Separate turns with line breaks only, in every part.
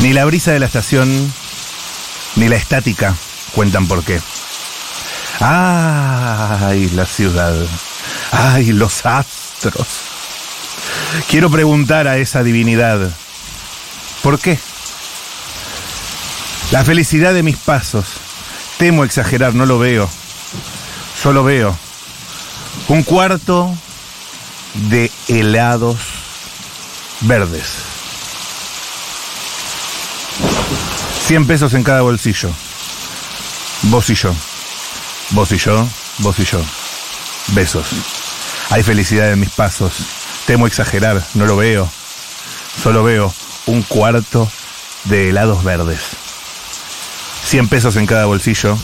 Ni la brisa de la estación, ni la estática cuentan por qué. ¡Ay, la ciudad! ¡Ay, los astros! Quiero preguntar a esa divinidad, ¿por qué? La felicidad de mis pasos, temo exagerar, no lo veo, solo veo un cuarto de helados verdes. 100 pesos en cada bolsillo. Vos y yo. Vos y yo, vos y yo. Besos. Hay felicidad en mis pasos. Temo exagerar, no lo veo. Solo veo un cuarto de helados verdes. 100 pesos en cada bolsillo.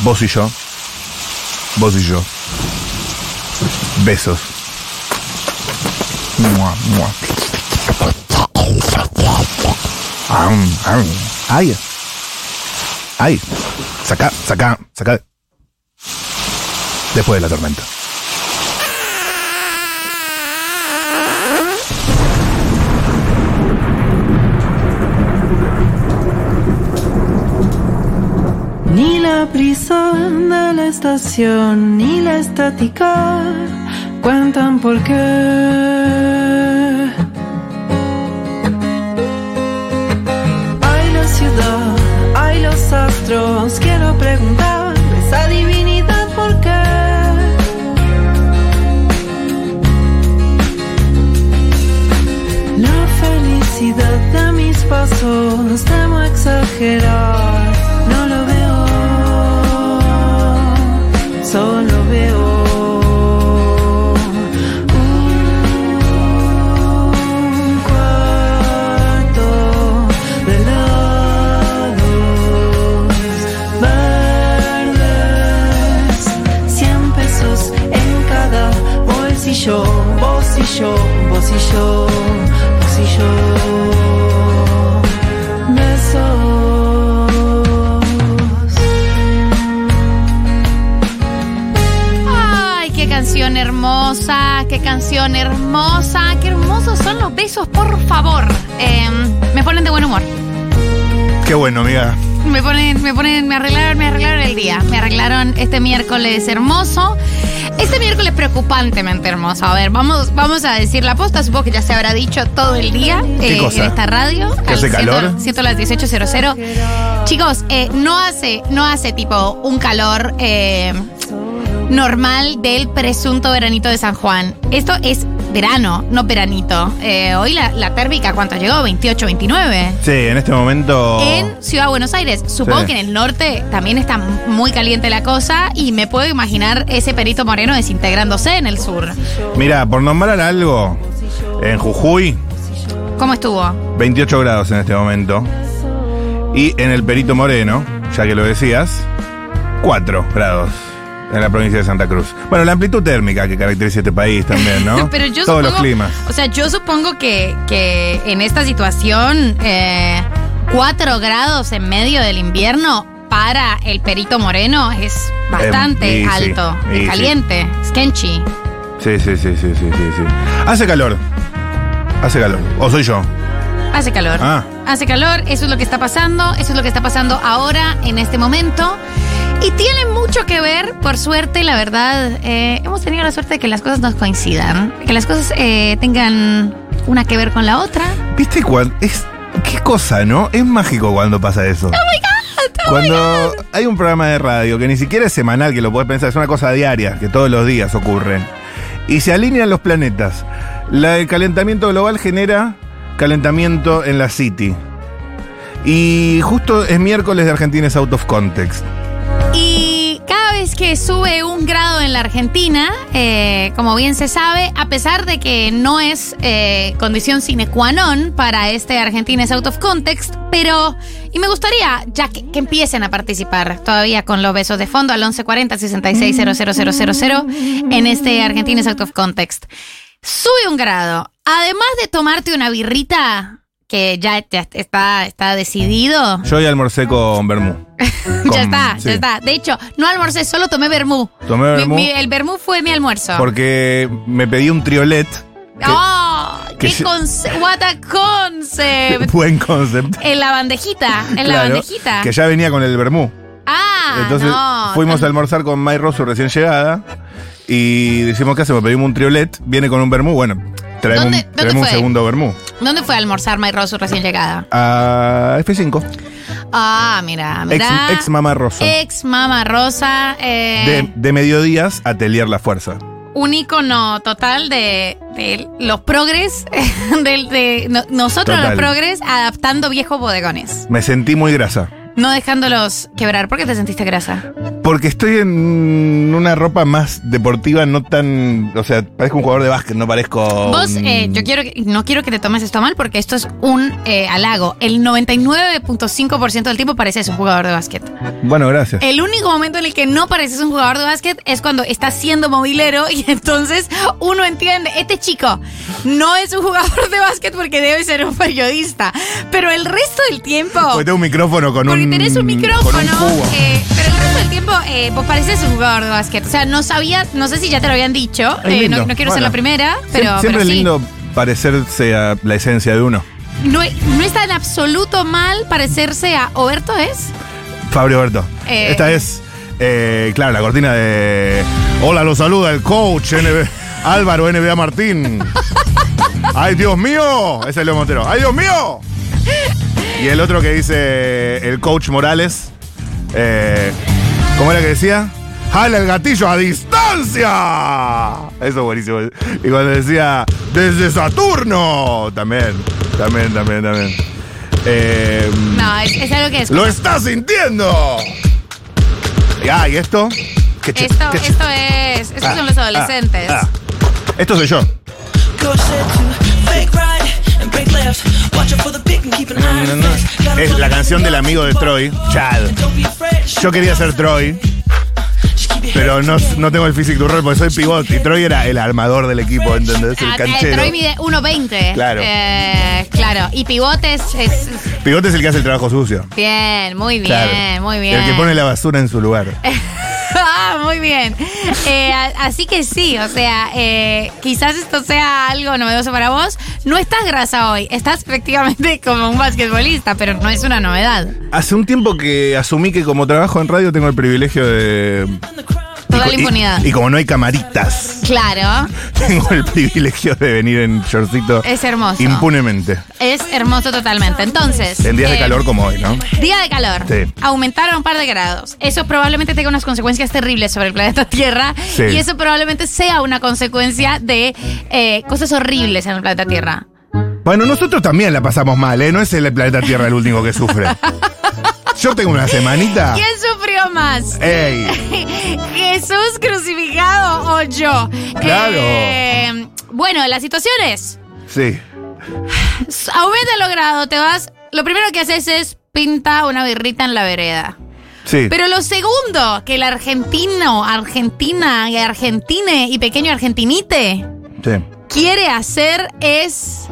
Vos y yo. Vos y yo. Besos. Mua, mua. Am, am. Ay. Ay. Saca, saca, saca. Después de la tormenta.
Ni la brisa de la estación ni la estática cuentan por qué. Hay la ciudad, hay los astros, quiero preguntar esa divinidad por qué. La felicidad de mis pasos, temo exagerar, no lo veo, solo veo. un cuarto de helados verdes. 100 pesos en cada bolsillo, bolsillo, bolsillo, bolsillo. Besos.
Ay, qué canción hermosa, qué canción hermosa, qué hermosos son los besos, por favor. Eh, me ponen de buen humor.
Qué bueno, amiga.
Me ponen, me ponen, me arreglaron, me arreglaron el día. Me arreglaron este miércoles hermoso. Este miércoles preocupantemente hermoso. A ver, vamos, vamos a decir la posta. Supongo que ya se habrá dicho todo el día eh,
¿Qué cosa?
en esta radio.
¿Que hace
Al
calor?
100 las 18.00. Chicos, eh, no hace, no hace tipo un calor eh, normal del presunto veranito de San Juan. Esto es verano, no veranito. Eh, hoy la, la térmica, ¿cuánto llegó? 28, 29.
Sí, en este momento.
En Ciudad de Buenos Aires. Supongo
Sí.
que en el norte también está muy caliente la cosa y me puedo imaginar ese perito moreno desintegrándose en el sur.
Mira, por nombrar algo, en Jujuy,
¿Cómo estuvo?
28 grados en este momento. Y en el Perito Moreno, ya que lo decías, 4 grados en la provincia de Santa Cruz. Bueno, la amplitud térmica que caracteriza este país también, ¿no?
Pero yo
Todos
supongo,
los climas.
O sea, yo supongo que, que en esta situación, 4 grados en medio del invierno para el perito moreno es
Em,
bastante
y sí,
alto,
y
y
sí.
caliente, es kenchi.
Sí, sí, sí, sí, sí, sí, sí. Hace calor. Hace calor. ¿O soy yo?
Hace calor.
Ah.
Hace calor, eso es lo que está pasando, eso es lo que está pasando ahora, en este momento. Y tiene mucho que ver, por suerte, la verdad, eh, hemos tenido la suerte de que las cosas nos coincidan, que las cosas eh, tengan una que ver con la otra.
¿Viste cuál? Es, ¿Qué cosa, no? Es mágico cuando pasa
Oh
eso. Cuando hay un programa de radio que ni siquiera es semanal, que lo podés pensar, es una cosa diaria, que todos los días ocurre, y se alinean los planetas. La, el calentamiento global genera calentamiento en la City. Y justo es miércoles de Argentina es out of context.
Y cada vez que sube un grado en la Argentina, eh, como bien se sabe, a pesar de que no es eh, condición sine qua non para este Argentina es out of context, pero. Y me gustaría ya que, que empiecen a participar todavía con los besos de fondo al 1140-660000 en este Argentina es out of context. Sube un grado. Además de tomarte una birrita, que ya, ya está, está decidido,
Yo hoy almorcé con Bermú.
ya está,
sí.
ya está. De hecho, no almorcé, solo tomé vermú.
Tomé
Mi-
vermú.
mi- el vermú fue mi almuerzo.
Porque me pedí un triolet. que-
¡Oh!
Que
¡Qué
se-
conce- what a concept!
Buen concepto.
En la bandejita, en la
Claro,
bandejita.
Que ya venía con el vermú.
Ah,
Entonces
no.
fuimos a almorzar con May Rosso recién llegada y decimos, ¿qué hacemos? Pedimos un triolet, viene con un vermú, bueno, traemos,
¿Dónde-
un,
dónde
traemos un
fue?
segundo vermú.
¿Dónde fue a almorzar My Rosu recién llegada?
A F5,
Ah, mira,
ex,
mira.
ex mamá Rosso.
Ex Mama Rosa. eh,
de, de mediodías a Atelier La Fuerza.
Un icono total de, de los progres. del- de, no- nosotros
Total.
los progres adaptando viejos bodegones.
Me sentí muy grasa.
No dejándolos quebrar. ¿Por qué te sentiste grasa?
Porque estoy en una ropa más deportiva, no tan. O sea, parezco un jugador de básquet, no parezco.
Vos,
un-
eh, yo quiero que- no quiero que te tomes esto mal porque esto es un eh, halago. El 99.5% del tiempo pareces un jugador de básquet.
Bueno, gracias.
El único momento en el que no pareces un jugador de básquet es cuando estás siendo movilero y entonces uno entiende, este chico no es un jugador de básquet porque debe ser un periodista. Pero el resto del tiempo...
Porque Pues tengo un micrófono con
Porque
un.
tenés un
Con un
micrófono,
cubo.
eh, pero el resto del tiempo eh, vos pareces un jugador de básquet. O sea, no sabía, no sé si ya te lo habían dicho,
Es
eh,
lindo.
no, no quiero ser
Bueno.
la primera,
Siem-
pero,
siempre
pero
es
sí.
lindo parecerse a la esencia de uno.
No, no está en absoluto mal parecerse a Oberto, ¿es?
Fabio Berto.
Eh.
Esta es, eh, claro, la cortina de. Hola, lo saluda el coach NB Álvaro NBA Martín. ¡Ay, Dios mío! Ese es Leo Montero. ¡Ay, Dios mío! Y el otro que dice el coach Morales. eh, ¿Cómo era que decía? ¡Jala el gatillo a distancia! Eso es buenísimo. Y cuando decía, desde Saturno. También, también, también, también. Eh,
No, es, es algo que es.
¡Lo está sintiendo! Y, ah, ¿y esto? ¿Qué ch-
Esto,
qué ch-
esto es. Estos
ah,
son los
ah,
adolescentes.
ah. Esto soy yo.
Go set to fake right and break left. Watch out for the pick and keep an eye on the fence. Gotta
Es la
put
canción
it
del
down,
amigo de
but
Troy, Chad.
don't be afraid.
Yo quería ser Troy,
Just keep your head
pero
up.
no, no tengo el físico rol porque soy pivote. Y Troy era el armador del equipo, ¿entendés? El
Ah,
canchero.
Troy mide 1.20.
Claro.
Eh, claro. Y pivotes. es- es-
Pivote es el que hace el trabajo sucio.
bien, muy bien,
Claro.
muy bien.
El que pone la basura en su lugar.
ah, muy bien. Eh, a- así que sí, o sea, eh, quizás esto sea algo novedoso para vos. No estás grasa hoy. Estás efectivamente como un basquetbolista, pero no es una novedad.
Hace un tiempo que asumí que como trabajo en radio tengo el privilegio de... y
Toda
co-
la
y-
impunidad.
y como no hay camaritas,
Claro.
tengo el privilegio de venir en shortcito.
Es hermoso.
Impunemente.
Es hermoso totalmente. Entonces.
En días de
eh,
calor como hoy, ¿no?
Día de calor.
Sí.
Aumentaron un par de grados. Eso probablemente tenga unas consecuencias terribles sobre el planeta Tierra.
Sí.
Y eso probablemente sea una consecuencia de eh, cosas horribles en el planeta Tierra.
Bueno, nosotros también la pasamos mal, ¿eh? No es el planeta Tierra el único que sufre. Yo tengo una semanita.
¿Quién sufrió más?
¡Ey!
¿Jesús crucificado o yo?
Claro.
Eh, bueno, la situación es.
Sí.
Aumenta los grados, te vas. Lo primero que haces es pinta una birrita en la vereda.
Sí.
Pero lo segundo, que el argentino, argentina, y argentine y pequeño argentinite
sí.
quiere hacer es.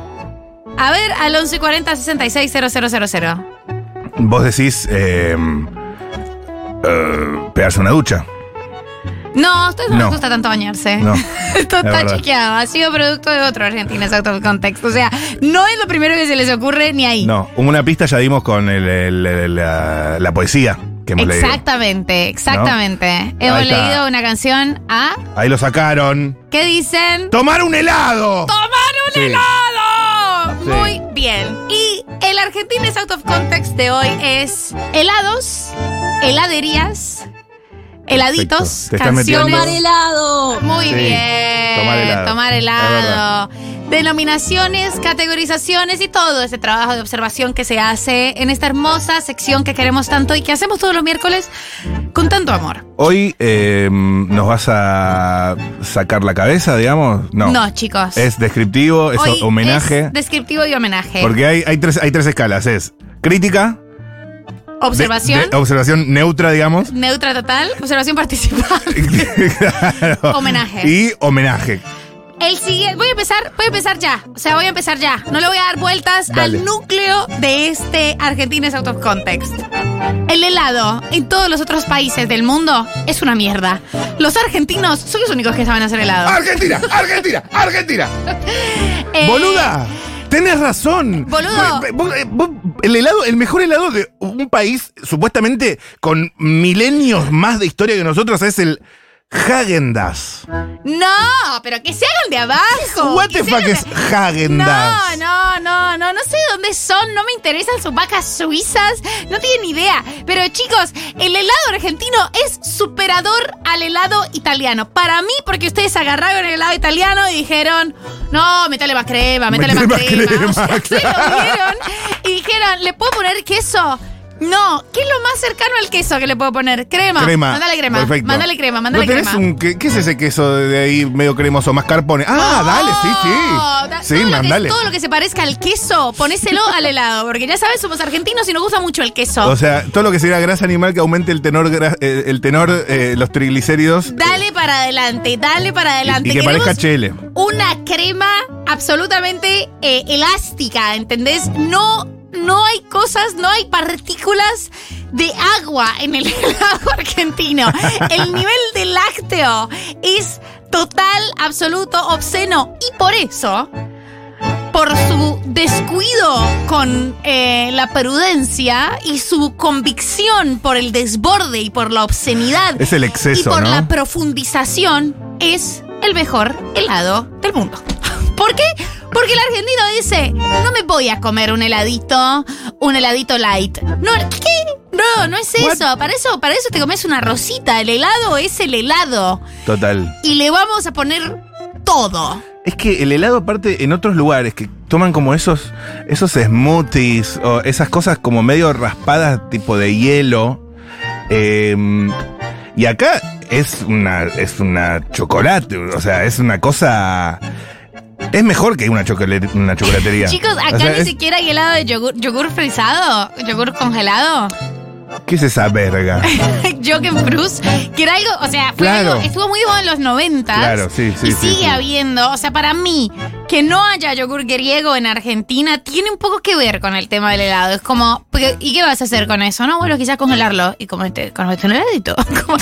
A ver, al 1140 000.
Vos decís. Eh, eh, pegarse una ducha.
No, a ustedes no,
No.
les gusta tanto bañarse.
No,
Esto
es
está
verdad.
chequeado. Ha sido producto de otro argentino, es out of context. O sea, no es lo primero que se les ocurre ni ahí.
No, una pista ya dimos con el- el- el- la, la poesía que hemos leído.
Exactamente, exactamente. Hemos
Ahí está.
leído una canción a.
Ahí lo sacaron.
¿Qué dicen?
¡Tomar un helado!
¡Tomar un
Sí.
helado!
Sí.
Muy bien. Y el Argentina es Out of Context de hoy es helados, heladerías, heladitos,
Perfecto. Te estás
canciones.
metiendo- Tomar
helado! Muy
Sí.
bien.
Tomar helado.
Tomar helado. Denominaciones, categorizaciones y todo ese trabajo de observación que se hace en esta hermosa sección que queremos tanto y que hacemos todos los miércoles con tanto amor.
Hoy eh, nos vas a sacar la cabeza, digamos. No.
chicos.
Es descriptivo, es
Hoy
homenaje.
es descriptivo y homenaje.
Porque hay, hay, tres, hay tres escalas. Es crítica. de-
Observación.
de- observación neutra, digamos.
Neutra total, observación participada.
Claro.
Homenaje.
Y homenaje.
El siguiente, voy a empezar, voy a empezar ya. O sea, voy a empezar ya. No le voy a dar vueltas
Dale.
al núcleo de este Argentines Out of Context. El helado en todos los otros países del mundo es una mierda. Los argentinos son los únicos que saben hacer helado.
Argentina, Argentina, Argentina.
Ah. Eh,
Boluda, tenés razón.
Boludo.
Vos- eh, vos- vos- el helado, el mejor helado de un país supuestamente con milenios más de historia que nosotros es el Häagen-Dazs.
Eh, No, pero que se hagan de abajo.
What
que
the
se
fuck
hagan de-
es Häagen-Dazs?
No, no, no, no, no sé de dónde son, no me interesan sus vacas suizas, no tienen idea. Pero chicos, el helado argentino es superador al helado italiano. Para mí, porque ustedes agarraron el helado italiano y dijeron, no, métale más crema, métale más,
Métele más
crema. O sea,
crema,
se lo
claro.
dieron y dijeron, ¿le puedo poner queso? No, ¿qué es lo más cercano al queso que le puedo poner? Crema.
Crema.
Mándale crema.
Perfecto.
Mándale crema, mándale
¿No tenés
crema.
un que- ¿Qué es ese queso de ahí medio cremoso? Mascarpone. Ah, dale,
Oh, da-
sí, sí. Sí,
todo lo que-
mandale.
todo lo que se parezca al queso, ponéselo al helado, porque ya sabes, somos argentinos y nos gusta mucho el queso.
O sea, todo lo que sería grasa animal que aumente el tenor, gra- eh, el tenor eh, los triglicéridos.
dale para adelante, dale para adelante.
Y que
Queremos
parezca chele.
una crema absolutamente eh, elástica, ¿entendés? No, no hay cosas, no hay partículas de agua en el helado argentino. El nivel de lácteo es total, absoluto, obsceno. Y por eso, por su descuido con eh, la prudencia y su convicción por el desborde y por la obscenidad
Es el
y
exceso,
por
¿no?
la profundización es el mejor helado del mundo. ¿Por qué? Porque el argentino dice, no me voy a comer un heladito, un heladito light. No, ¿qué? No, no es
What?
eso. Para eso, para eso te comes una rosita. El helado es el helado.
Total.
Y le vamos a poner todo.
Es que el helado, aparte, en otros lugares que toman como esos, esos smoothies o esas cosas como medio raspadas, tipo de hielo. eh, y acá es una, es una chocolate, o sea, es una cosa. Es mejor que una, chocolate, una chocolatería.
Chicos,
O
acá
sea,
ni
es-
siquiera hay helado de yogur, yogur frisado, yogur congelado.
¿Qué es esa verga?
Jochen Cruz, que era algo, o sea, fue
Claro.
algo- estuvo muy de moda en los 90.
Claro, sí, sí,
Y
sí,
sigue
sí.
habiendo, o sea, para mí, que no haya yogur griego en Argentina tiene un poco que ver con el tema del helado. Es como, porque, ¿y qué vas a hacer con eso? No, bueno, quizás congelarlo y este, comerte, comerte un heladito. Como-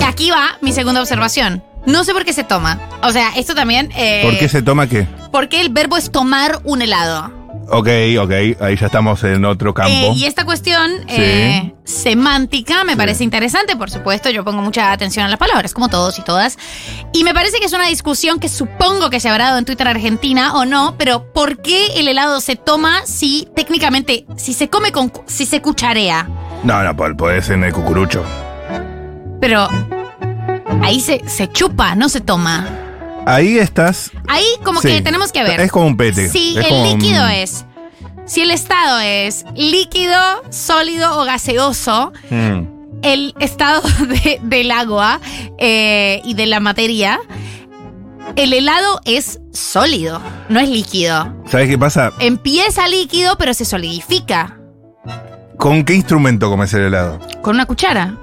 Y aquí va mi segunda observación. No sé por qué se toma. O sea, esto también. eh,
¿Por qué se toma qué?
¿por qué el verbo es tomar un helado?
Ok, ok, ahí ya estamos en otro
Eh,
campo.
y esta cuestión
Sí.
eh, semántica me
Sí.
parece interesante, por supuesto. Yo pongo mucha atención a las palabras, como todos y todas. Y me parece que es una discusión que supongo que se habrá dado en Twitter Argentina o no, pero ¿por qué el helado se toma si técnicamente, si se come con, cu- si se cucharea?
No, no, po- podés en el cucurucho.
Pero ahí se, se chupa, no se toma.
Ahí estás.
Ahí como
sí.
que tenemos que ver.
Es como un pete.
Si
es
el
como un- Mm.
líquido es. Si el estado es líquido, sólido o gaseoso,
Mm.
el estado de- del agua eh, y de la materia, el helado es sólido, no es líquido.
¿Sabes qué pasa?
Empieza líquido, pero se solidifica
¿Con qué instrumento comes el helado?
con una cuchara.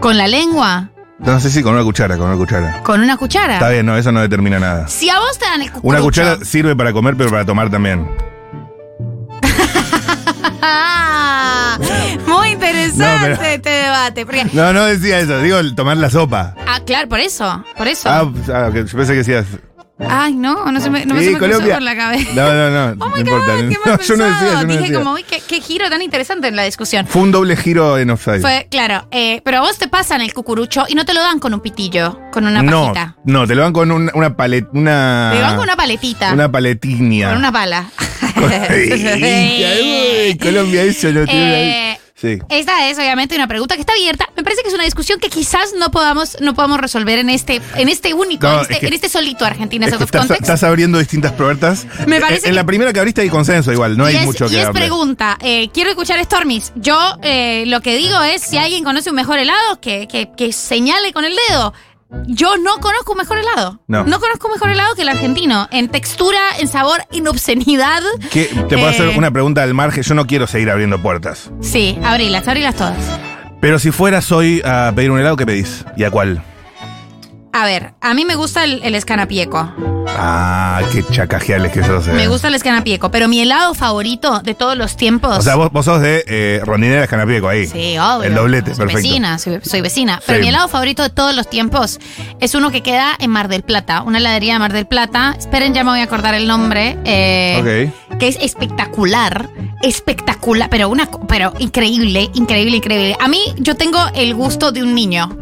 Con la lengua,
No sé si con una cuchara, con una cuchara.
con una
Está
cuchara.
bien, no, eso no determina nada.
Si a vos te dan el cucurucho,
Una cuchara sirve para comer, pero para tomar también.
Ah, muy interesante
No, pero-
este debate. porque-
No, no decía eso, digo el tomar la sopa.
ah, claro, por eso, por eso.
Ah, ah, ok, yo pensé que decías.
Ay, no, no se me, no me
Sí,
se me cruzó
Colombia.
por la cabeza.
No, no, no.
Oh
no
my
importa.
God, qué
No,
mal
yo no decía,
pensado.
yo no
Dije
decía.
como, uy, qué, qué giro tan interesante en la discusión.
Fue un doble giro en offside.
Fue, claro, eh, pero a vos te pasan el cucurucho y no te lo dan con un pitillo, con una
no,
pajita.
no, te lo dan con una, una palet, una.
Te lo dan con una paletita.
Una paletinia.
con una pala.
Ay, Colombia, eso lo tiene
Eh,
ahí. Sí.
Esta es obviamente una pregunta que está abierta. Me parece que es una discusión que quizás no podamos, no podamos resolver en este, en este único,
No,
en,
es
este,
que-
en este solito Argentina
Es
Out
que
of
estás,
Context.
estás abriendo distintas puertas.
Me
Eh,
parece
En
que-
la primera que abriste hay consenso, igual, no
y
hay
es,
mucho
y
que
es
hablar.
pregunta, eh, quiero escuchar Stormis. Yo eh, lo que digo es, si alguien conoce un mejor helado, que, que- que señale con el dedo. Yo no conozco un mejor helado.
No.
conozco un mejor helado que el argentino. En textura, en sabor, en obscenidad.
¿Qué- te puedo hacer
Eh,
una pregunta al margen. Yo no quiero seguir abriendo puertas.
Sí, abrilas, abrilas todas.
Pero si fueras hoy a pedir un helado, ¿qué pedís? ¿Y a cuál?
A ver, a mí me gusta el, el escanapieco.
Ah, qué chacajeales que sos. eh.
Me gusta el escanapieco, pero mi helado favorito de todos los tiempos.
O sea, vos, vos sos de eh, Rondinera Escanapieco ahí.
Sí, obvio.
El doblete,
soy
perfecto.
Vecina, soy, soy vecina. Pero
Sí.
mi helado favorito de todos los tiempos es uno que queda en Mar del Plata, una heladería de Mar del Plata. Esperen, ya me voy a acordar el nombre. eh, Que es espectacular, espectacular, pero una, co- pero increíble, increíble, increíble. A mí yo tengo el gusto de un niño.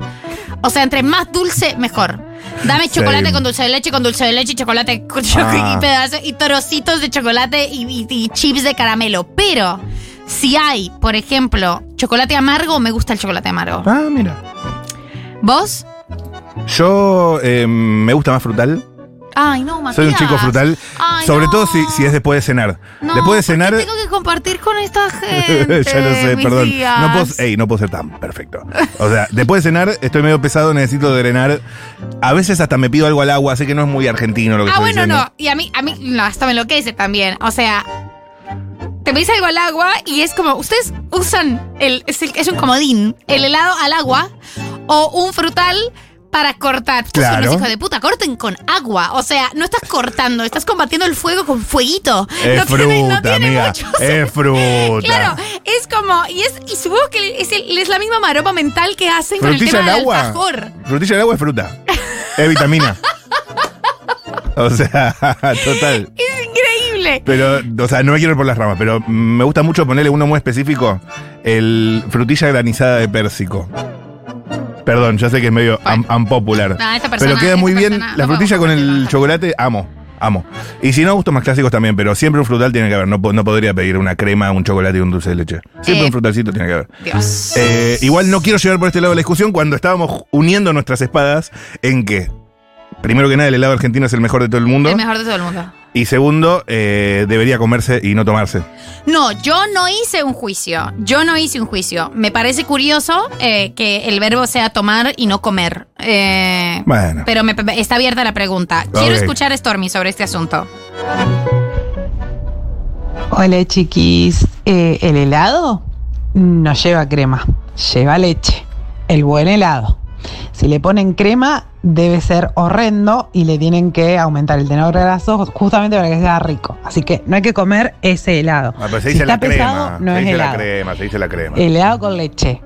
O sea, entre más dulce, mejor. Dame chocolate
Same.
con dulce de leche, con dulce de leche, y chocolate con cho-
Ah.
y pedazos y trocitos de chocolate y, y- y chips de caramelo. Pero si hay, por ejemplo, chocolate amargo, me gusta el chocolate amargo.
Ah, mira.
¿Vos?
Yo eh, me gusta más frutal.
Ay, no, Matías.
Soy un chico frutal.
Ay,
sobre
no.
todo si, si es después de cenar.
No,
después de
¿por qué
cenar.
Tengo que compartir con esta
ya
gente.
lo sé,
mis
perdón.
días?
No puedo, ey, no puedo ser tan perfecto. O sea, después de cenar estoy medio pesado, necesito drenar. A veces hasta me pido algo al agua, sé que no es muy argentino lo que
Ah,
estoy
bueno,
diciendo. Ah.
no. Y a mí, a mí, no, hasta me enloquece también. O sea, te pedís algo al agua y es como, ustedes usan el, es, el- es un comodín, el helado al agua o un frutal para cortar. Ustedes son
Claro.
unos hijos de puta, corten con agua. O sea, no estás cortando, estás combatiendo el fuego con fueguito.
Es
no
fruta,
tiene, no tiene
amiga.
mucho
Es fruta.
Claro, es como, y es, y supongo que es, el- es la misma maroma mental que hacen con el
Frutilla
tema
al
del
agua.
alfajor.
Frutilla al agua es fruta. Es vitamina. o sea, total.
Es increíble.
Pero, o sea, no me quiero ir por las ramas, pero me gusta mucho ponerle uno muy específico, el frutilla granizada de pérsico. Perdón, ya sé que es medio un- unpopular.
Ah, esta persona-
pero queda muy
esta
bien
persona-
la
no
frutilla
podemos
con el
compartirla.
chocolate, amo, amo. Y si no, gustos más clásicos también, pero siempre un frutal tiene que haber. No, po- no podría pedir una crema, un chocolate y un dulce de leche. Siempre
Eh.
un frutalcito tiene que haber.
Dios.
Eh, igual no quiero llevar por este lado de la discusión cuando estábamos uniendo nuestras espadas en que, primero que nada, el helado argentino es el mejor de todo el mundo.
El mejor de todo el mundo.
Y segundo, eh, debería comerse y no tomarse.
No, yo no hice un juicio. Yo no hice un juicio. Me parece curioso eh, que el verbo sea tomar y no comer. Eh,
Bueno.
Pero me, me- está abierta la pregunta. Quiero
Ok.
escuchar a Stormy sobre este asunto.
Hola chiquis, Eh, el helado no lleva crema, lleva leche, el buen helado. Si le ponen crema debe ser horrendo y le tienen que aumentar el tenor graso justamente para que sea rico. Así que no hay que comer ese helado.
Ah, pero se
Si
dice
está
la crema.
pesado, no
se
es
dice la
helado. Eh.
crema, se dice la crema.
Helado con leche.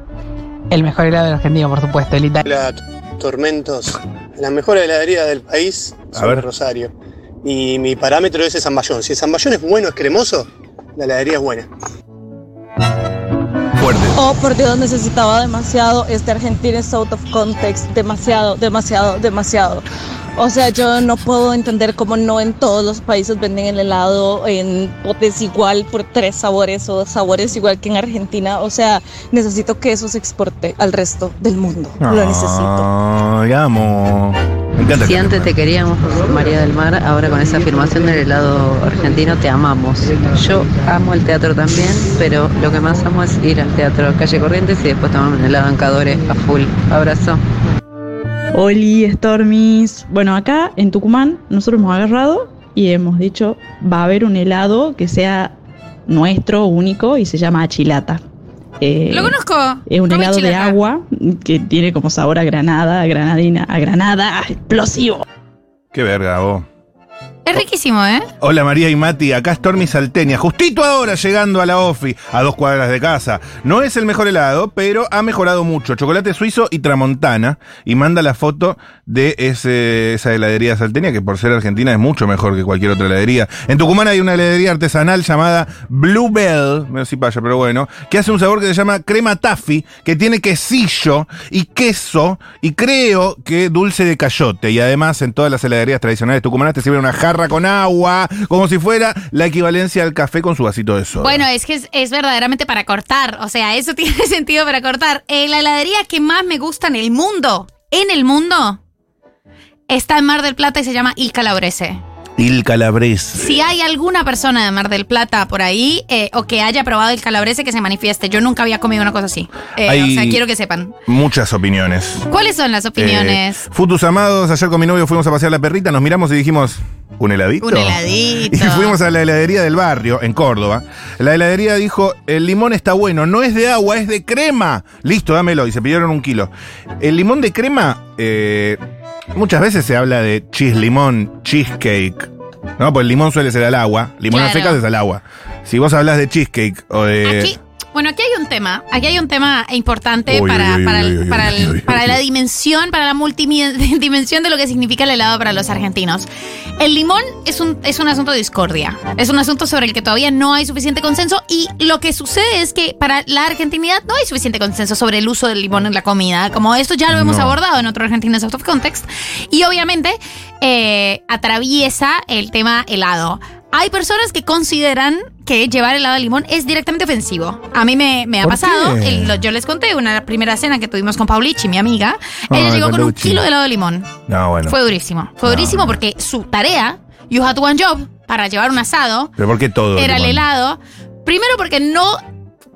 El mejor helado del argentino, por supuesto, el italiano.
Hola, Tormentos. La mejor heladería del país
A
sobre
ver.
Rosario. Y mi parámetro es el Zamballón. Si el Zamballón es bueno, es cremoso, la heladería es buena.
Fuerte.
Oh, por Dios, necesitaba demasiado este Argentina es out of context, demasiado, demasiado, demasiado. O sea, yo no puedo entender cómo no en todos los países venden el helado en potes igual por tres sabores o sabores igual que en Argentina. O sea, necesito que eso se exporte al resto del mundo. Lo
Ah.
necesito.
Ay, amo. Me encanta.
Si
el
antes te
crema.
queríamos, María del Mar, ahora con esa afirmación del helado argentino te amamos. Yo amo el teatro también, pero lo que más amo es ir al teatro Calle Corrientes y después tomar un helado en Cadore a full. Abrazo.
Oli, Stormis. Bueno, acá en Tucumán nosotros hemos agarrado y hemos dicho va a haber un helado que sea nuestro, único y se llama achilata. Eh,
Lo conozco.
Es un
Come
helado de
chilata.
agua que tiene como sabor a granada, a granadina, a granada, a explosivo.
Qué verga, vos.
Es riquísimo, ¿eh?
Hola María y Mati, acá Stormy Salteña, justito ahora llegando a la OFI, a dos cuadras de casa. No es el mejor helado, pero ha mejorado mucho. Chocolate suizo y tramontana. Y manda la foto de ese- esa heladería salteña, que por ser argentina es mucho mejor que cualquier otra heladería. En Tucumán hay una heladería artesanal llamada Bluebell, no sé si paya, pero bueno, que hace un sabor que se llama crema taffy, que tiene quesillo y queso, y creo que dulce de cayote. Y además en todas las heladerías tradicionales tucumanas te sirven una jarra con agua, como si fuera la equivalencia al café con su vasito de soda.
Bueno, es que es, es verdaderamente para cortar. O sea, eso tiene sentido para cortar. Eh, la heladería que más me gusta en el mundo, en el mundo, está en Mar del Plata y se llama Il Calabrese.
Il calabrese.
Si hay alguna persona de Mar del Plata por ahí eh, o que haya probado el calabrese que se manifieste, yo nunca había comido una cosa así. Eh,
Hay-
O sea, quiero que sepan.
Muchas opiniones.
¿Cuáles son las opiniones?
Eh, futus amados, ayer con mi novio fuimos a pasear la perrita, nos miramos y dijimos, ¿un heladito?
Un heladito.
Eh, Y fuimos a la heladería del barrio, en Córdoba. La heladería dijo, el limón está bueno, no es de agua, es de crema. Listo, dámelo. Y se pidieron un kilo. El limón de crema, eh, Muchas veces se habla de chis limón, cheesecake. No, pues el limón suele ser al agua. Limonada
Claro.
seca es al agua. Si vos hablas de cheesecake o de.
Aquí, bueno, aquí hay un tema, aquí hay un tema importante
Uy,
para,
uy, uy,
para, el-
uy, uy,
para
uy,
el-
uy, uy,
para
uy.
la dimensión, para la multidimensión de lo que significa el helado para los argentinos. El limón es un, es un asunto de discordia, es un asunto sobre el que todavía no hay suficiente consenso y lo que sucede es que para la argentinidad no hay suficiente consenso sobre el uso del limón en la comida, como esto ya lo hemos
No.
abordado en otro Argentinos Out of Context y obviamente eh, atraviesa el tema helado. Hay personas que consideran que llevar helado de limón es directamente ofensivo. A mí me, me ha
¿Por
pasado,
qué?
el- lo- yo les conté una primera cena que tuvimos con Paulichi, mi amiga. Ella
Ay,
llegó con un
Paulucci.
kilo de helado de limón.
No, bueno.
Fue durísimo. Fue
No,
durísimo
no.
porque su tarea, you had one job, para llevar un asado,
Pero ¿por qué todo?
era el
limón?
helado. Primero porque no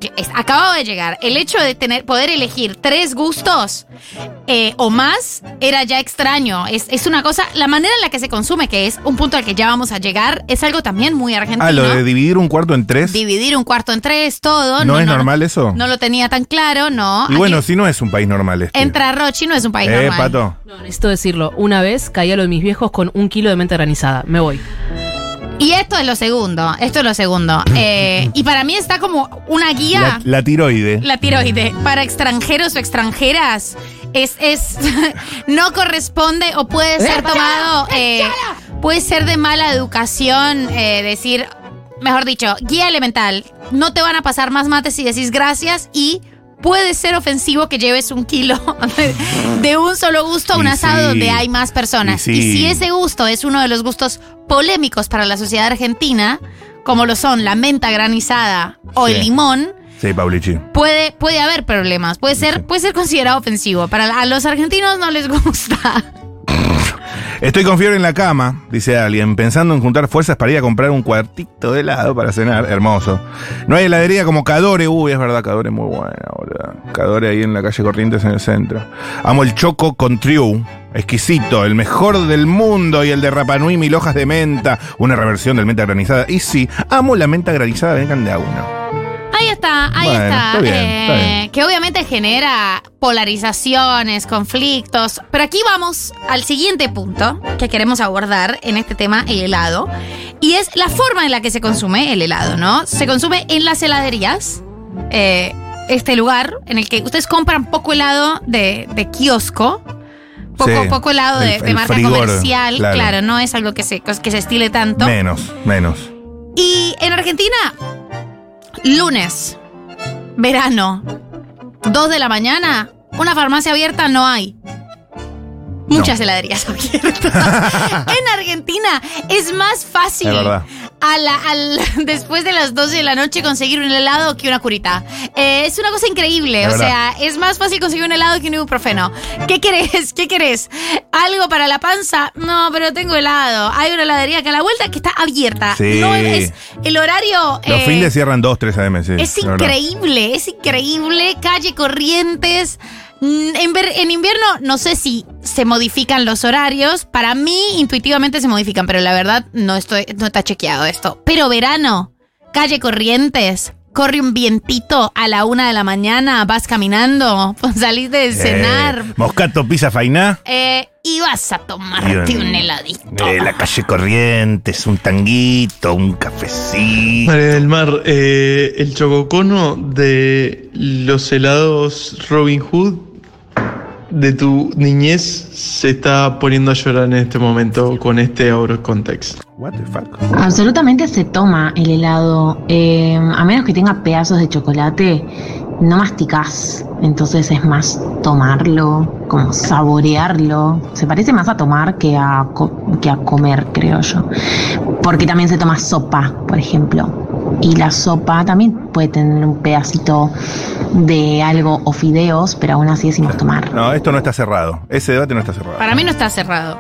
que es- acababa de llegar. El hecho de tener poder elegir tres gustos eh, o más era ya extraño. Es, es una cosa, la manera en la que se consume, que es un punto al que ya vamos a llegar, es algo también muy argentino.
Ah, lo de dividir un cuarto en tres.
Dividir un cuarto en tres, todo.
¿No, es normal eso?
No, lo tenía tan claro, no.
y bueno,
Aquí
si no es un país normal este.
entra Rochi, no es un país
eh,
normal.
pato.
No, necesito decirlo. Una vez caí a lo de mis viejos con un kilo de mente granizada. Me voy.
Y esto es lo segundo, esto es lo segundo. Eh, y para mí está como una guía.
La, la tiroide.
La tiroide. Para extranjeros o extranjeras es, es no corresponde o puede ser tomado. eh, puede ser de mala educación eh, decir, mejor dicho, guía elemental. No te van a pasar más mates si decís gracias y. Puede ser ofensivo que lleves un kilo de, de un solo gusto a un
Y
asado
sí.
donde hay más personas.
Y sí.
y si ese gusto es uno de los gustos polémicos para la sociedad argentina, como lo son la menta granizada o el
Sí.
limón,
Sí, Paulichi.
puede, puede haber problemas, puede ser, puede ser considerado ofensivo. Para la- a los argentinos no les gusta.
Estoy con fiebre en la cama, dice alguien, pensando en juntar fuerzas para ir a comprar un cuartito de helado para cenar. Hermoso. No hay heladería como Cadore. Uy, es verdad, Cadore muy buena, verdad. Cadore ahí en la calle Corrientes en el centro. Amo el choco con triu. Exquisito, el mejor del mundo y el de Rapanui, mil hojas de menta. Una reversión del menta granizada. Y sí, amo la menta granizada, vengan de a uno.
Ahí está, ahí
Bueno,
está. Eh,
está bien, está bien.
Que obviamente genera polarizaciones, conflictos. Pero aquí vamos al siguiente punto que queremos abordar en este tema, el helado. Y es la forma en la que se consume el helado, ¿no? Se consume en las heladerías. eh, este lugar en el que ustedes compran poco helado de, de kiosco. Poco,
Sí,
poco helado de,
el-
de
el
marca
frigor,
comercial, claro.
claro.
no es algo que se, que se estile tanto.
Menos, menos.
Y en Argentina, lunes, verano, 2 de la mañana, una farmacia abierta no hay. Muchas heladerías abiertas. en Argentina es más fácil
Es verdad.
a la- al- después de las 12 de la noche conseguir un helado que una curita. Eh, es una cosa increíble.
Es
o
verdad.
sea, es más fácil conseguir un helado que un ibuprofeno. ¿Qué querés? ¿Qué querés? ¿Algo para la panza? No, pero tengo helado. Hay una heladería que a la vuelta que está abierta.
Sí.
No es el horario.
Los
eh,
fines cierran 2, 3 AM, sí.
es
la verdad.
increíble, es increíble. Calle Corrientes. Mm, En, ver- en invierno no sé si se modifican los horarios. Para mí, intuitivamente se modifican, pero la verdad no, estoy, no está chequeado esto. Pero verano, calle Corrientes. Corre un vientito a la una de la mañana, vas caminando, salís de cenar
Eh, Moscato, pizza, fainá.
eh, y vas a tomarte
Y un-
un heladito.
Eh, la calle Corrientes, un tanguito, un cafecito.
María del Mar, eh, el chococono de los helados Robin Hood de tu niñez se está poniendo a llorar en este momento con este out of context.
What the fuck?
Absolutamente se toma el helado. eh, a menos que tenga pedazos de chocolate, no masticás. Entonces es más tomarlo, como saborearlo. Se parece más a tomar que a, co- que a comer, creo yo. Porque también se toma sopa, por ejemplo. Y la sopa también puede tener un pedacito de algo o fideos, pero aún así decimos tomar.
No, esto no está cerrado. Ese debate no está cerrado.
Para mí no está cerrado.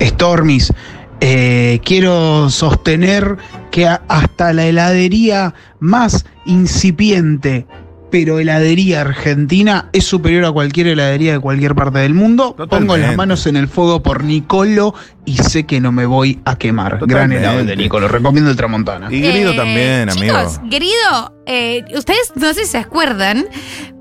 Stormis, eh, quiero sostener que a- hasta la heladería más incipiente pero heladería argentina es superior a cualquier heladería de cualquier parte del mundo. Pongo las manos en el fuego por Nicolo y sé que no me voy a quemar. Gran
Totalmente.
helado el de Nicolo, recomiendo el Tramontana.
Y Grido
Eh,
también, amigo.
Chicos, querido, eh, ustedes no sé si se acuerdan,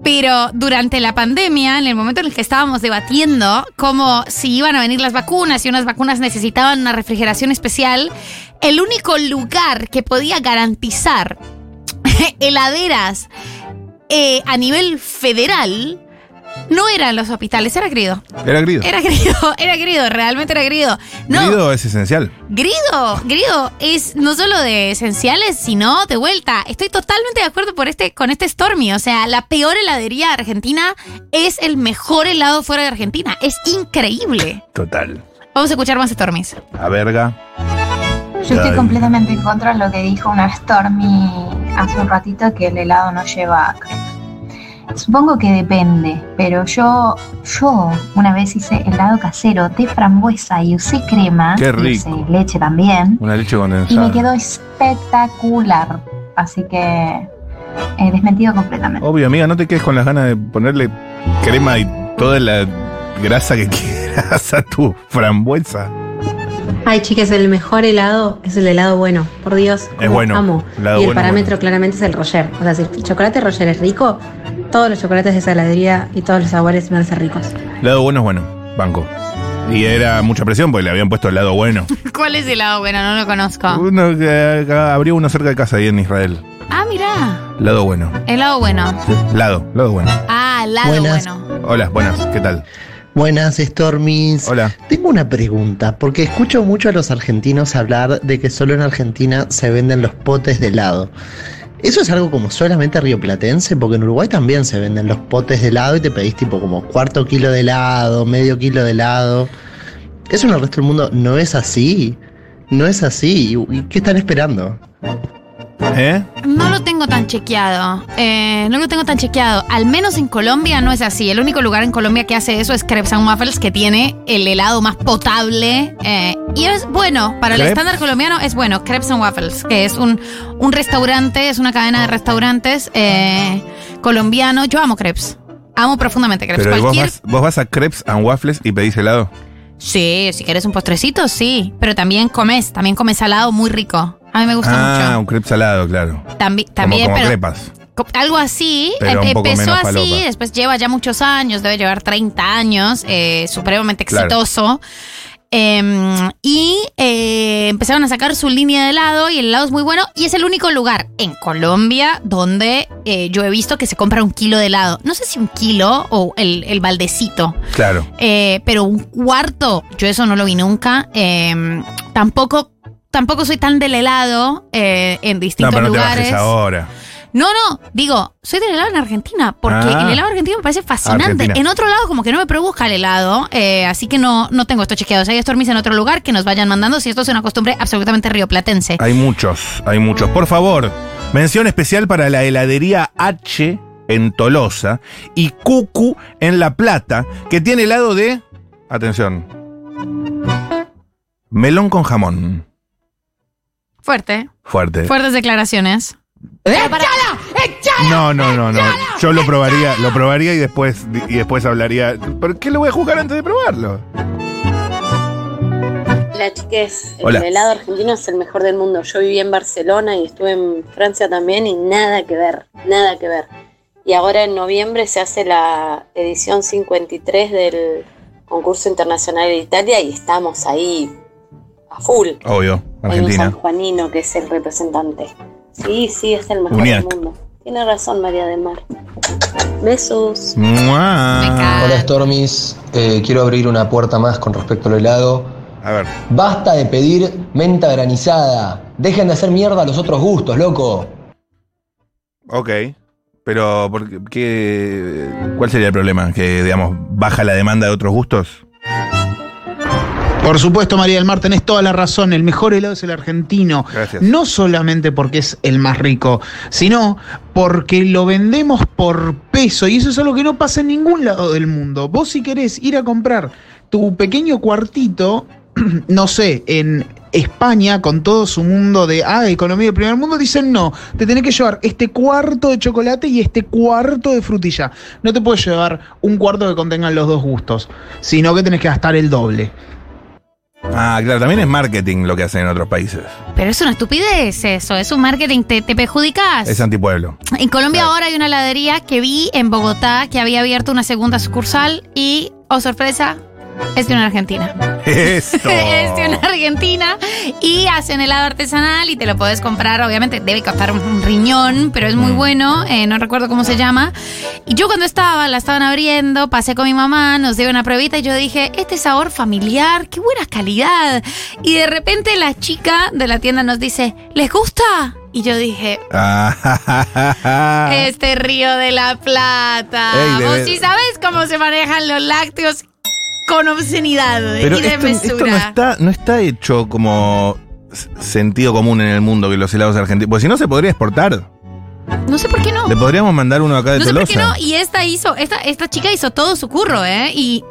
pero durante la pandemia, en el momento en el que estábamos debatiendo cómo si iban a venir las vacunas y unas vacunas necesitaban una refrigeración especial, el único lugar que podía garantizar heladeras eh, a nivel federal no eran los hospitales, era Grido.
Era Grido.
Era Grido, era Grido, realmente era Grido. eh, No,
Grido es esencial.
Grido, Grido es no solo de esenciales, sino de vuelta. Estoy totalmente de acuerdo por este, con este Stormy. O sea, la peor heladería argentina es el mejor helado fuera de Argentina. Es increíble.
Total.
Vamos a escuchar más Stormies.
A verga.
Yo estoy
Ay.
completamente en contra de lo que dijo una Stormy hace un ratito que el helado no lleva crema. Supongo que depende, pero yo, yo una vez hice helado casero de frambuesa y usé crema,
Qué
y
rico.
usé leche también,
Una leche
y me
condensada.
quedó espectacular. Así que eh, desmentido completamente.
Obvio, amiga, no te quedes con las ganas de ponerle crema y toda la grasa que quieras a tu frambuesa.
Ay, chicas, el mejor helado es el helado bueno. Por Dios.
Es bueno.
Amo.
Helado
y el
bueno,
parámetro claramente es el Roger. O sea, si el chocolate Roger es rico, todos los chocolates de esa heladería y todos los sabores van a ser ricos.
Lado bueno es bueno, banco. Y era mucha presión porque le habían puesto el lado bueno.
¿Cuál es el helado bueno? No lo conozco.
Uno que acá abrió uno cerca de casa ahí en Israel.
Ah, mirá.
Lado bueno.
Helado bueno.
Lado, lado bueno.
Ah, helado
Buenas.
bueno.
Hola, buenas, ¿qué tal?
Buenas, Stormis.
Hola.
Tengo una pregunta, porque escucho mucho a los argentinos hablar de que solo en Argentina se venden los potes de helado. ¿Eso es algo como solamente rioplatense? Porque en Uruguay también se venden los potes de helado y te pedís tipo como cuarto kilo de helado, medio kilo de helado. Eso en el resto del mundo no es así. No es así. ¿Y qué están esperando?
¿Eh?
No lo tengo tan chequeado. Eh, no lo tengo tan chequeado. Al menos en Colombia no es así. El único lugar en Colombia que hace eso es Crepes and Waffles, que tiene el helado más potable. eh, y es bueno. Para el
Crepes.
estándar colombiano es bueno. Crepes and Waffles, que es un, un restaurante, es una cadena de restaurantes eh, colombiano. Yo amo crepes. Amo profundamente crepes.
Pero vos
Cualquier-
vas, vos vas a Crepes and Waffles y pedís helado.
Sí, si quieres un postrecito, sí. Pero también comes, también comes salado muy rico. A mí me gusta
ah, un crepe salado, claro.
mucho. Tambi-
Como-
también,
como,
pero
crepas.
co- algo así,
Pero
em-
un poco
empezó
menos
así,
falopa.
después lleva ya muchos años, debe llevar 30 años, eh, supremamente
Claro.
exitoso. Em, y eh, empezaron a sacar su línea de helado y el helado es muy bueno y es el único lugar en Colombia donde eh, yo he visto que se compra un kilo de helado. No sé si un kilo o el, el baldecito,
Claro.
eh, pero un cuarto, yo eso no lo vi nunca. Em, tampoco, tampoco soy tan del helado eh, en
No,
distintos
pero no te
lugares.
bajes ahora.
No, no, digo, soy del helado en Argentina, porque
Ah.
el helado argentino me parece fascinante.
Argentina.
En otro lado, como que no me produzca el helado, eh, así que no, no tengo esto chequeado. Si hay Stormis en otro lugar, que nos vayan mandando, si esto es una costumbre absolutamente rioplatense.
Hay muchos, hay muchos. Por favor, mención especial para la heladería H en Tolosa y Cucu en La Plata, que tiene helado de. Atención. Melón con jamón.
Fuerte,
Fuerte.
fuertes declaraciones.
¿Eh?
¡Échala!
No, no, no, no. Yo lo probaría, lo probaría y después, y después hablaría. ¿Por qué lo voy a juzgar antes de probarlo?
La chiques,
Hola.
el helado argentino es el mejor del mundo. Yo viví en Barcelona y estuve en Francia también y nada que ver, nada que ver. Y ahora en noviembre se hace la edición 53 del concurso internacional de Italia y estamos ahí a full.
Obvio,
Hay un
Argentina.
sanjuanino que es el representante. Sí, sí, es el mejor
Uniac.
del mundo. Tiene razón María del Mar. Besos.
Hola Stormis, Eh, quiero abrir una puerta más con respecto al helado.
A ver.
Basta de pedir menta granizada. Dejen de hacer mierda a los otros gustos, loco.
Ok. Pero, ¿por qué- qué, ¿cuál sería el problema? ¿Que, digamos, baja la demanda de otros gustos?
Por supuesto, María del Mar, tenés toda la razón. El mejor helado es el argentino.
Gracias.
No solamente porque es el más rico, sino porque lo vendemos por peso. Y eso es algo que no pasa en ningún lado del mundo. Vos, si querés ir a comprar tu pequeño cuartito, no sé, en España, con todo su mundo de ah, economía del primer mundo, dicen no, te tenés que llevar este cuarto de chocolate y este cuarto de frutilla. No te puedes llevar un cuarto que contengan los dos gustos, sino que tenés que gastar el doble.
Ah, claro, también es marketing lo que hacen en otros países.
Pero es una estupidez eso, es un marketing, te, te perjudicas.
Es antipueblo.
En Colombia ahora hay una heladería que vi en Bogotá que había abierto una segunda sucursal y, oh sorpresa, es de una argentina.
Esto.
es de una argentina y hacen helado artesanal y te lo puedes comprar, obviamente debe costar un, un riñón, pero es
Mm.
muy bueno, eh, no recuerdo cómo se llama. Y yo cuando estaba, la estaban abriendo, pasé con mi mamá, nos dio una pruebita y yo dije, este sabor familiar, qué buena calidad. Y de repente la chica de la tienda nos dice, ¿les gusta? Y yo dije,
Ah,
este río de la plata.
Ey, de
Vos
ver-
sí sabes cómo se manejan los lácteos con obscenidad
Pero
y de
esto,
mesura.
esto no, está, no está hecho como s- sentido común en el mundo que los helados argentinos. Porque si no se podría exportar.
No sé por qué no.
Le podríamos mandar uno acá de
No sé
Tolosa.
por qué no. Y esta hizo, esta, esta chica hizo todo su curro, ¿eh? Y,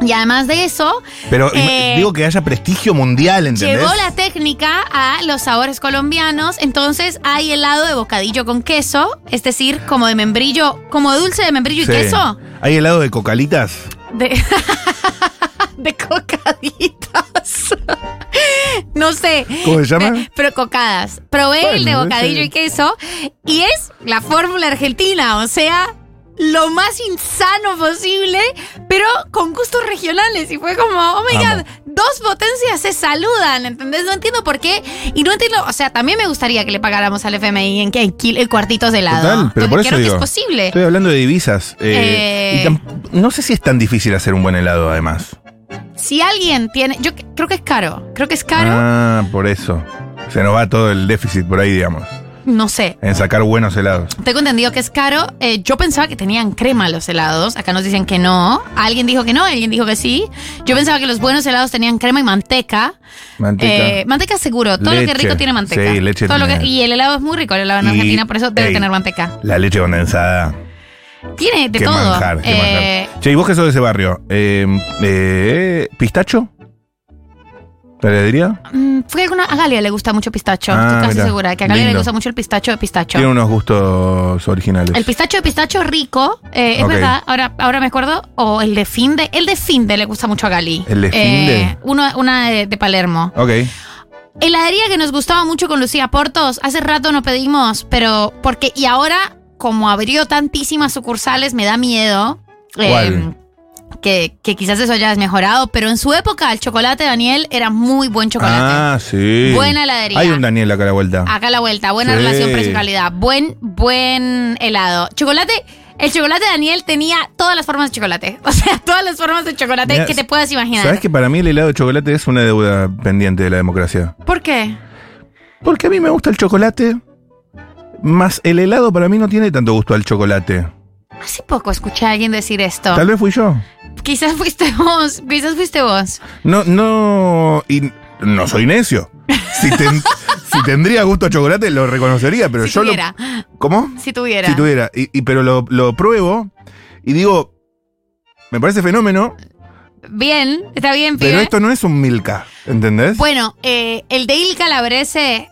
y además de eso,
Pero
Eh,
ima- digo que haya prestigio mundial, ¿entendés?
llevó la técnica a los sabores colombianos. Entonces hay helado de bocadillo con queso, es decir, como de membrillo, como de dulce de membrillo
Sí.
y queso.
¿Hay helado de cocalitas?
De, de cocaditas. no sé.
¿Cómo se llama?
De- pero cocadas. Probé el de
Bueno,
bocadillo
ese-
y queso y es la fórmula argentina, o sea, lo más insano posible, pero con gustos regionales. Y fue como, oh my
Amo.
god, dos potencias se saludan, ¿entendés? No entiendo por qué. Y no entiendo, o sea, también me gustaría que le pagáramos al FMI en que en kil- en cuartitos de helado.
Total, pero por eso
Creo
digo.
que es posible.
Estoy hablando de divisas. eh,
Eh.
y tam- no sé si es tan difícil hacer un buen helado, además.
Si alguien tiene, yo c- creo que es caro, creo que es caro.
Ah, por eso. Se nos va todo el déficit por ahí, digamos.
No sé.
En sacar buenos helados.
Tengo entendido que es caro. Eh, yo pensaba que tenían crema los helados. Acá nos dicen que no. Alguien dijo que no, alguien dijo que sí. Yo pensaba que los buenos helados tenían crema y manteca.
Manteca.
Eh, manteca seguro. Todo lo que es
Leche.
rico tiene manteca.
Sí, leche
Todo lo que-
tiene.
y el helado es muy rico, el helado en
Y-
Argentina, por eso debe
ey.
tener manteca.
La leche condensada.
Tiene de
qué
todo.
manjar, qué
Eh,
manjar. Che, ¿y vos que sos de ese barrio? Eh, eh, ¿Pistacho? ¿Heladería?
mm, Fue alguna. A Galia le gusta mucho pistacho.
Ah,
Estoy casi
mira.
segura que a Galia
Lindo.
le gusta mucho el pistacho de pistacho.
Tiene unos gustos originales.
El pistacho de pistacho es rico, eh, es
Ok.
verdad, ahora, ahora me acuerdo, o el de Finde, el de Finde le gusta mucho a Gali. Eh,
¿El de Finde?
uno, una de, de Palermo.
Ok.
Heladería que nos gustaba mucho con Lucía Portos, hace rato no pedimos, pero porque, y ahora, como abrió tantísimas sucursales, me da miedo. eh,
¿Cuál?
que, que quizás eso haya mejorado, pero en su época el chocolate Daniel era muy buen chocolate.
Ah, sí.
Buena heladería.
Hay un Daniel acá a la vuelta.
Acá a la vuelta, buena
Sí.
relación precio-calidad, buen, buen helado. Chocolate, el chocolate Daniel tenía todas las formas de chocolate, o sea, todas las formas de chocolate
Mirá,
que te puedas imaginar.
¿Sabes que para mí el helado de chocolate es una deuda pendiente de la democracia?
¿Por qué?
Porque a mí me gusta el chocolate, más el helado para mí no tiene tanto gusto al chocolate.
Hace poco escuché a alguien decir esto.
Tal vez fui yo.
Quizás fuiste vos, quizás fuiste vos.
No, no. Y no soy necio. Si, ten- si tendría gusto a chocolate, lo reconocería, pero
si
yo
tuviera,
lo. ¿Cómo?
si tuviera.
Si tuviera. Y, y- pero lo, lo pruebo y digo. Me parece fenómeno,
Bien, está bien,
pero
pibe.
esto no es un Milka, ¿entendés?
Bueno, eh, el de Il Calabrese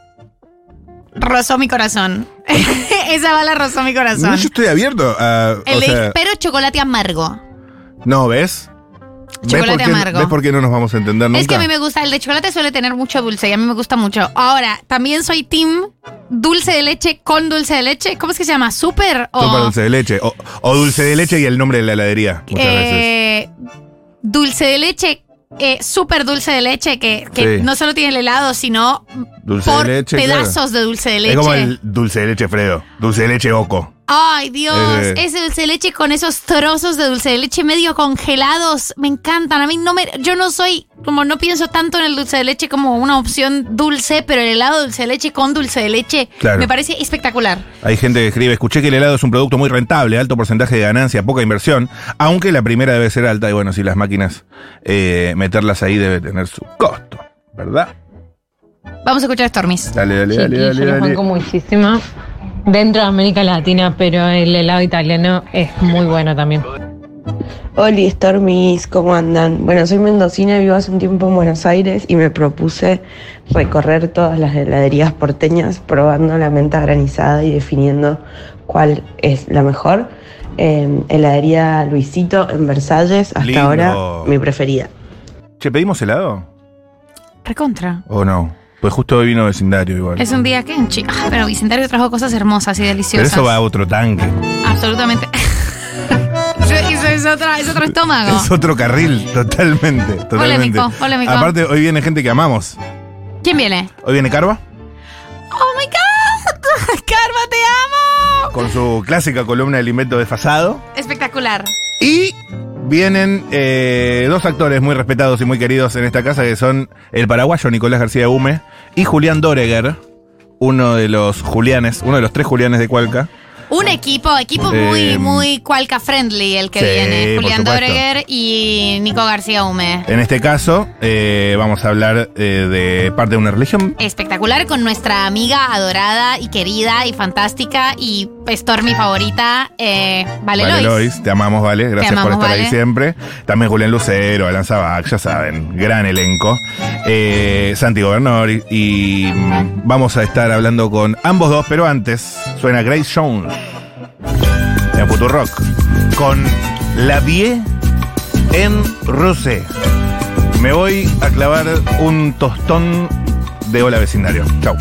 rozó mi corazón. Esa bala rozó mi corazón.
No, yo estoy abierto a.
El
o
de Il-
sea,
pero chocolate amargo.
no, ¿ves? ¿Ves
Chocolate
por qué-
amargo.
¿Ves por qué no nos vamos a entender nunca?
Es que a mí me gusta, el de chocolate suele tener mucho dulce y a mí me gusta mucho. Ahora, también soy team dulce de leche con dulce de leche. ¿Cómo es que se llama? ¿Súper o...?
Sopa dulce de leche. O, o dulce de leche y el nombre de la heladería, muchas veces.
eh, Dulce de leche, eh, súper dulce de leche, que, que
Sí.
no solo tiene el helado, sino
Dulce
por
de leche. claro.
pedazos de dulce de leche.
Es como el dulce de leche Fredo, dulce de leche Oco.
Ay, Dios,
Eh.
ese dulce de leche con esos trozos de dulce de leche medio congelados, me encantan. A mí no me yo no soy como no pienso tanto en el dulce de leche como una opción dulce, pero el helado de dulce de leche con dulce de leche
Claro.
me parece espectacular.
Hay gente que escribe, escuché que el helado es un producto muy rentable, alto porcentaje de ganancia, poca inversión, aunque la primera debe ser alta y bueno, si las máquinas eh, meterlas ahí debe tener su costo, ¿verdad?
Vamos a escuchar a Stormis.
Dale, dale, dale,
Chiqui,
dale.
yo lo
dale.
banco muchísimo dentro de América Latina, pero el helado italiano es muy bueno también.
Oli, Stormis, ¿cómo andan? Bueno, soy mendocina, vivo hace un tiempo en Buenos Aires y me propuse recorrer todas las heladerías porteñas probando la menta granizada y definiendo cuál es la mejor. Eh, heladería Luisito en Versalles, hasta
Lindo.
ahora mi preferida.
Che, ¿pedimos helado?
Recontra.
¿O no? Pues justo hoy vino vecindario igual.
Es un día que en Chi- Ah, pero Vicendario trajo cosas hermosas y
Pero
deliciosas.
eso va a otro tanque.
Absolutamente. eso, eso es, otra, es otro estómago.
Es otro carril, totalmente. totalmente.
Polémico, polémico.
Aparte, hoy viene gente que amamos.
¿Quién viene?
Hoy viene Carva
¡Oh, my God! ¡Karma, te amo!
con su clásica columna del invento desfasado.
Espectacular.
Y vienen eh, dos actores muy respetados y muy queridos en esta casa, que son el paraguayo Nicolás García Hume y Julián Doreger, uno de los Julianes, uno de los tres Julianes de Cualca.
Un equipo, equipo
Eh,
muy, muy cualca friendly el que
sí,
viene.
por
Julián
supuesto.
Dobreguer y Nico García Hume.
En este caso, eh, vamos a hablar eh, de parte de una religión.
Espectacular con nuestra amiga adorada y querida y fantástica y Stormy mi favorita, eh, Vale
Vale,
Lois.
Lois, te amamos, Vale. Gracias por
amamos,
estar ahí
Vale.
siempre. También Julián Lucero, Alan Sabac, ya saben, gran elenco. Eh, Santi Gobernador y, y, mm, vamos a estar hablando con ambos dos, pero antes suena Grace Jones en Futurock con La Vie en Rose. Me voy a clavar un tostón de Hola Vecindario. Chau.